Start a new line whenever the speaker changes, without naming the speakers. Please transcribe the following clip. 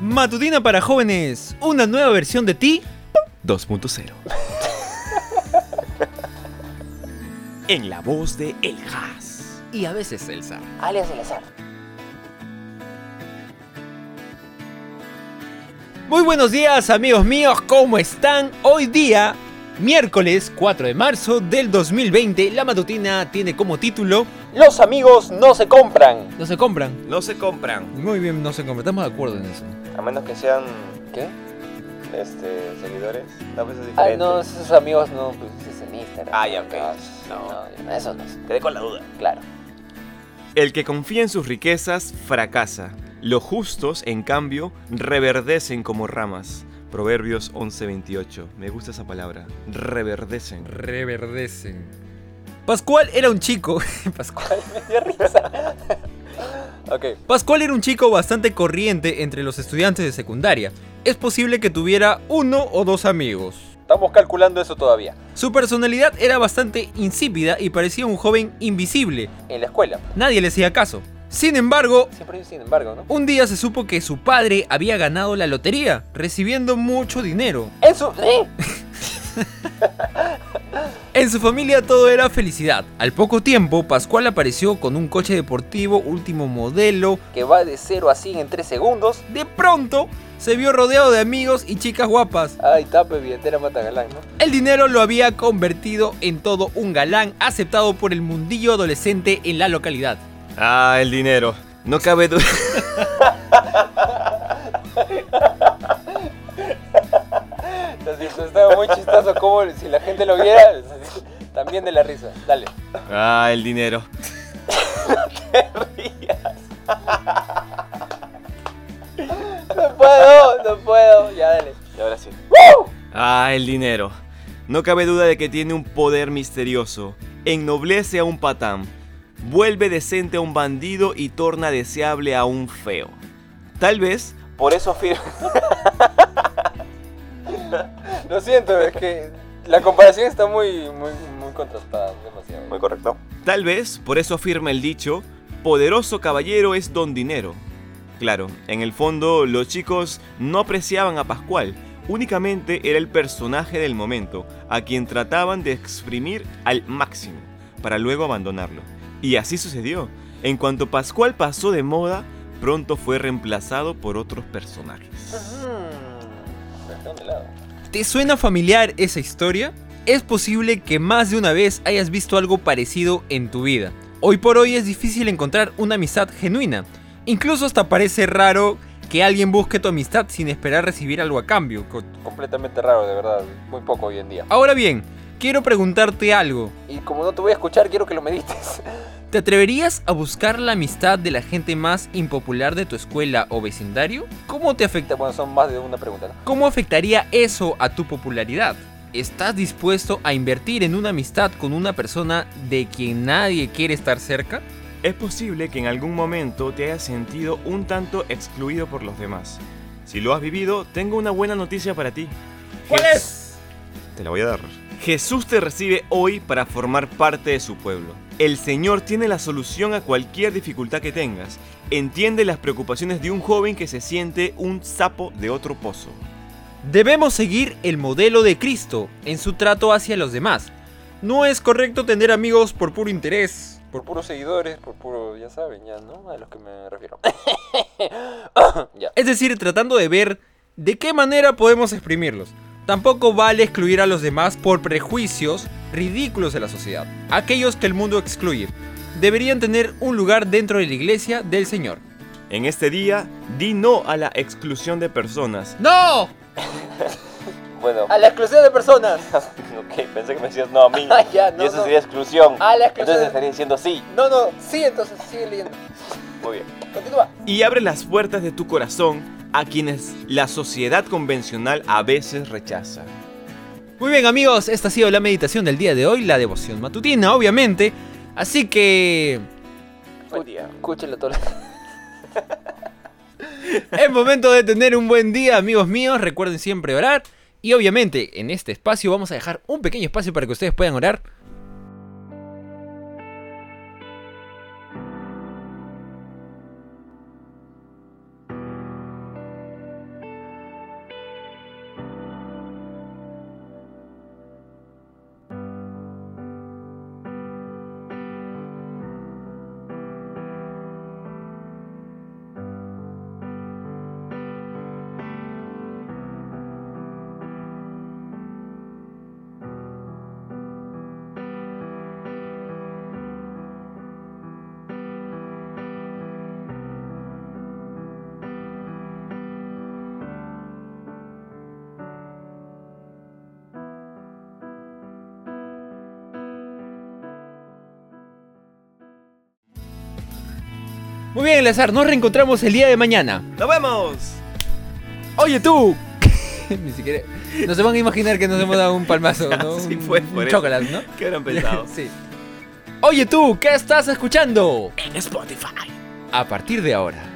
Matutina para jóvenes, una nueva versión de ti
2.0. en la voz de El Haas.
y a veces Elsa.
alias el azar.
Muy buenos días amigos míos, ¿cómo están? Hoy día, miércoles 4 de marzo del 2020, la matutina tiene como título
Los amigos no se compran.
No se compran.
No se compran.
Muy bien, no se compran, estamos de acuerdo en eso.
A menos que sean
¿Qué?
este, seguidores. No, pues es diferente.
Ah, no, esos amigos no, pues es en Instagram.
Ah, ya, ok.
No, no, no, eso no es.
Quedé con la duda.
Claro.
El que confía en sus riquezas fracasa. Los justos, en cambio, reverdecen como ramas. Proverbios 11:28. Me gusta esa palabra. Reverdecen.
Reverdecen. Pascual era un chico. Pascual.
Me dio risa. ok.
Pascual era un chico bastante corriente entre los estudiantes de secundaria. Es posible que tuviera uno o dos amigos.
Estamos calculando eso todavía.
Su personalidad era bastante insípida y parecía un joven invisible.
En la escuela.
Nadie le hacía caso. Sin embargo,
Siempre hay un sin embargo, ¿no?
un día se supo que su padre había ganado la lotería, recibiendo mucho dinero.
En su... ¿Eh?
En su familia todo era felicidad. Al poco tiempo, Pascual apareció con un coche deportivo último modelo.
Que va de 0 a 100 en 3 segundos.
De pronto, se vio rodeado de amigos y chicas guapas.
Ay, tapa, billetera mata galán, ¿no?
El dinero lo había convertido en todo un galán aceptado por el mundillo adolescente en la localidad.
Ah, el dinero. No cabe duda.
Entonces, eso estaba muy chistoso como si la gente lo viera. También de la risa. Dale.
Ah, el dinero.
No puedo, no puedo. Ya, dale.
Y ahora sí.
Ah, el dinero. No cabe duda de que tiene un poder misterioso. Ennoblece a un patán, vuelve decente a un bandido y torna deseable a un feo. Tal vez,
Por eso firmo.
Lo siento, es que la comparación está muy, muy, muy contrastada, demasiado.
Muy correcto.
tal vez, por eso afirma el dicho, poderoso caballero es don dinero. Claro, en el fondo los chicos no apreciaban a Pascual, únicamente era el personaje del momento, a quien trataban de exprimir al máximo, para luego abandonarlo. Y así sucedió. En cuanto Pascual pasó de moda, pronto fue reemplazado por otros personajes.
Mm, está un helado.
¿Te suena familiar esa historia? Es posible que más de una vez hayas visto algo parecido en tu vida. Hoy por hoy es difícil encontrar una amistad genuina. Incluso hasta parece raro que alguien busque tu amistad sin esperar recibir algo a cambio. Co-
Completamente raro, de verdad. Muy poco hoy en día.
Ahora bien, quiero preguntarte algo.
Y como no te voy a escuchar, quiero que lo medites.
¿Te atreverías a buscar la amistad de la gente más impopular de tu escuela o vecindario? ¿Cómo te afecta?
Bueno, son más de una pregunta, ¿no?
¿Cómo afectaría eso a tu popularidad? ¿Estás dispuesto a invertir en una amistad con una persona de quien nadie quiere estar cerca?
Es posible que en algún momento te hayas sentido un tanto excluido por los demás. Si lo has vivido, tengo una buena noticia para ti.
Pues,
Jes- Te la voy a dar. Jesús te recibe hoy para formar parte de su pueblo. El Señor tiene la solución a cualquier dificultad que tengas. Entiende las preocupaciones de un joven que se siente un sapo de otro pozo.
Debemos seguir el modelo de Cristo en su trato hacia los demás. No es correcto tener amigos por puro interés.
Por
Por...
puros seguidores, por puro, ya saben, ya, ¿no? A los que me refiero. ya.
Es decir, tratando de ver de qué manera podemos exprimirlos. Tampoco vale excluir a los demás por prejuicios ridículos de la sociedad. Aquellos que el mundo excluye deberían tener un lugar dentro de la iglesia del Señor.
En este día, di no a la exclusión de personas.
¡No!
Bueno.
A la exclusión de personas.
Ok, pensé que me decías no a mí.
Ah, ya, no,
y eso
no.
sería exclusión.
Ah,
A la exclusión.
Entonces estaría diciendo sí.
No, no, sí, entonces sigue leyendo.
Muy bien.
Continúa.
Y abre las puertas de tu corazón a quienes la sociedad convencional a veces rechaza.
Muy bien amigos, esta ha sido la meditación del día de hoy, la devoción matutina, obviamente. Así que
Buen día.
Escúchelo todo.
es momento de tener un buen día, amigos míos. Recuerden siempre orar. Y obviamente en este espacio vamos a dejar un pequeño espacio para que ustedes puedan orar. Muy bien, Eleazar, nos reencontramos el día de mañana.
¡Nos vemos!
Oye tú. Ni siquiera. No se van a imaginar que nos hemos dado un palmazo, ¿no?
Sí,
Un-
fue
un
por eso.
chocolate, ¿no?
¿Qué habrán pensado?
sí. Oye tú, ¿qué estás escuchando? En Spotify. A partir de ahora.